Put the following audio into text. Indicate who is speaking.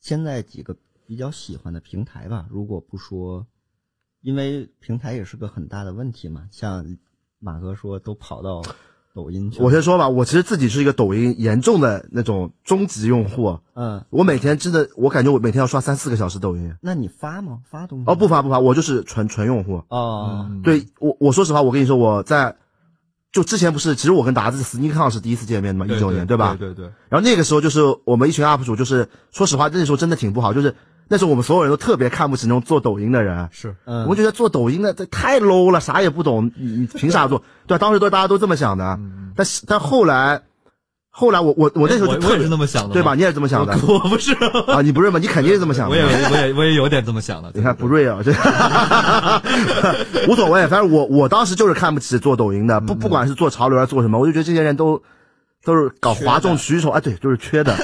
Speaker 1: 现在几个比较喜欢的平台吧，如果不说，因为平台也是个很大的问题嘛，像马哥说都跑到抖音去了，
Speaker 2: 我先说吧，我其实自己是一个抖音严重的那种终极用户，啊
Speaker 1: 嗯，
Speaker 2: 我每天真的，我感觉我每天要刷三四个小时抖音。
Speaker 1: 那你发吗？发东西吗？
Speaker 2: 哦，不发不嗯发，我就是纯纯用户。
Speaker 1: 哦，
Speaker 2: 对我，我说实话，我跟你说，我在就之前不是，其实我跟达子 SneakCon 是第一次见面的嘛，一九年
Speaker 3: 对
Speaker 2: 吧？
Speaker 3: 对对对，
Speaker 2: 然后那个时候就是我们一群 UP 主，就是说实话，那时候真的挺不好，就是那时候我们所有人都特别看不起那种做抖音的人，
Speaker 3: 是
Speaker 1: 嗯
Speaker 2: 我们觉得做抖音的这太 low 了，啥也不懂，你你凭啥 做？对，啊当时都大家都这么想的，但是但后来，后来我我我那时候
Speaker 3: 我
Speaker 2: 就
Speaker 3: 嗯哎我
Speaker 2: 特
Speaker 3: 也
Speaker 2: 别
Speaker 3: 是那么想的嘛，
Speaker 2: 对吧？你也是这么想的
Speaker 3: 我我不是，
Speaker 2: 啊？你不是吗？你肯定是这么想
Speaker 3: 我
Speaker 2: 的
Speaker 3: 也。我也我也有点这么想的。
Speaker 2: 你看
Speaker 3: 对
Speaker 2: 不瑞啊，这 无所谓，反正我我当时就是看不起做抖音的，不
Speaker 3: 嗯
Speaker 2: 哎不管是做潮流还是做什么，我就觉得这些人都都是搞哗众取宠，啊，对，就是缺的。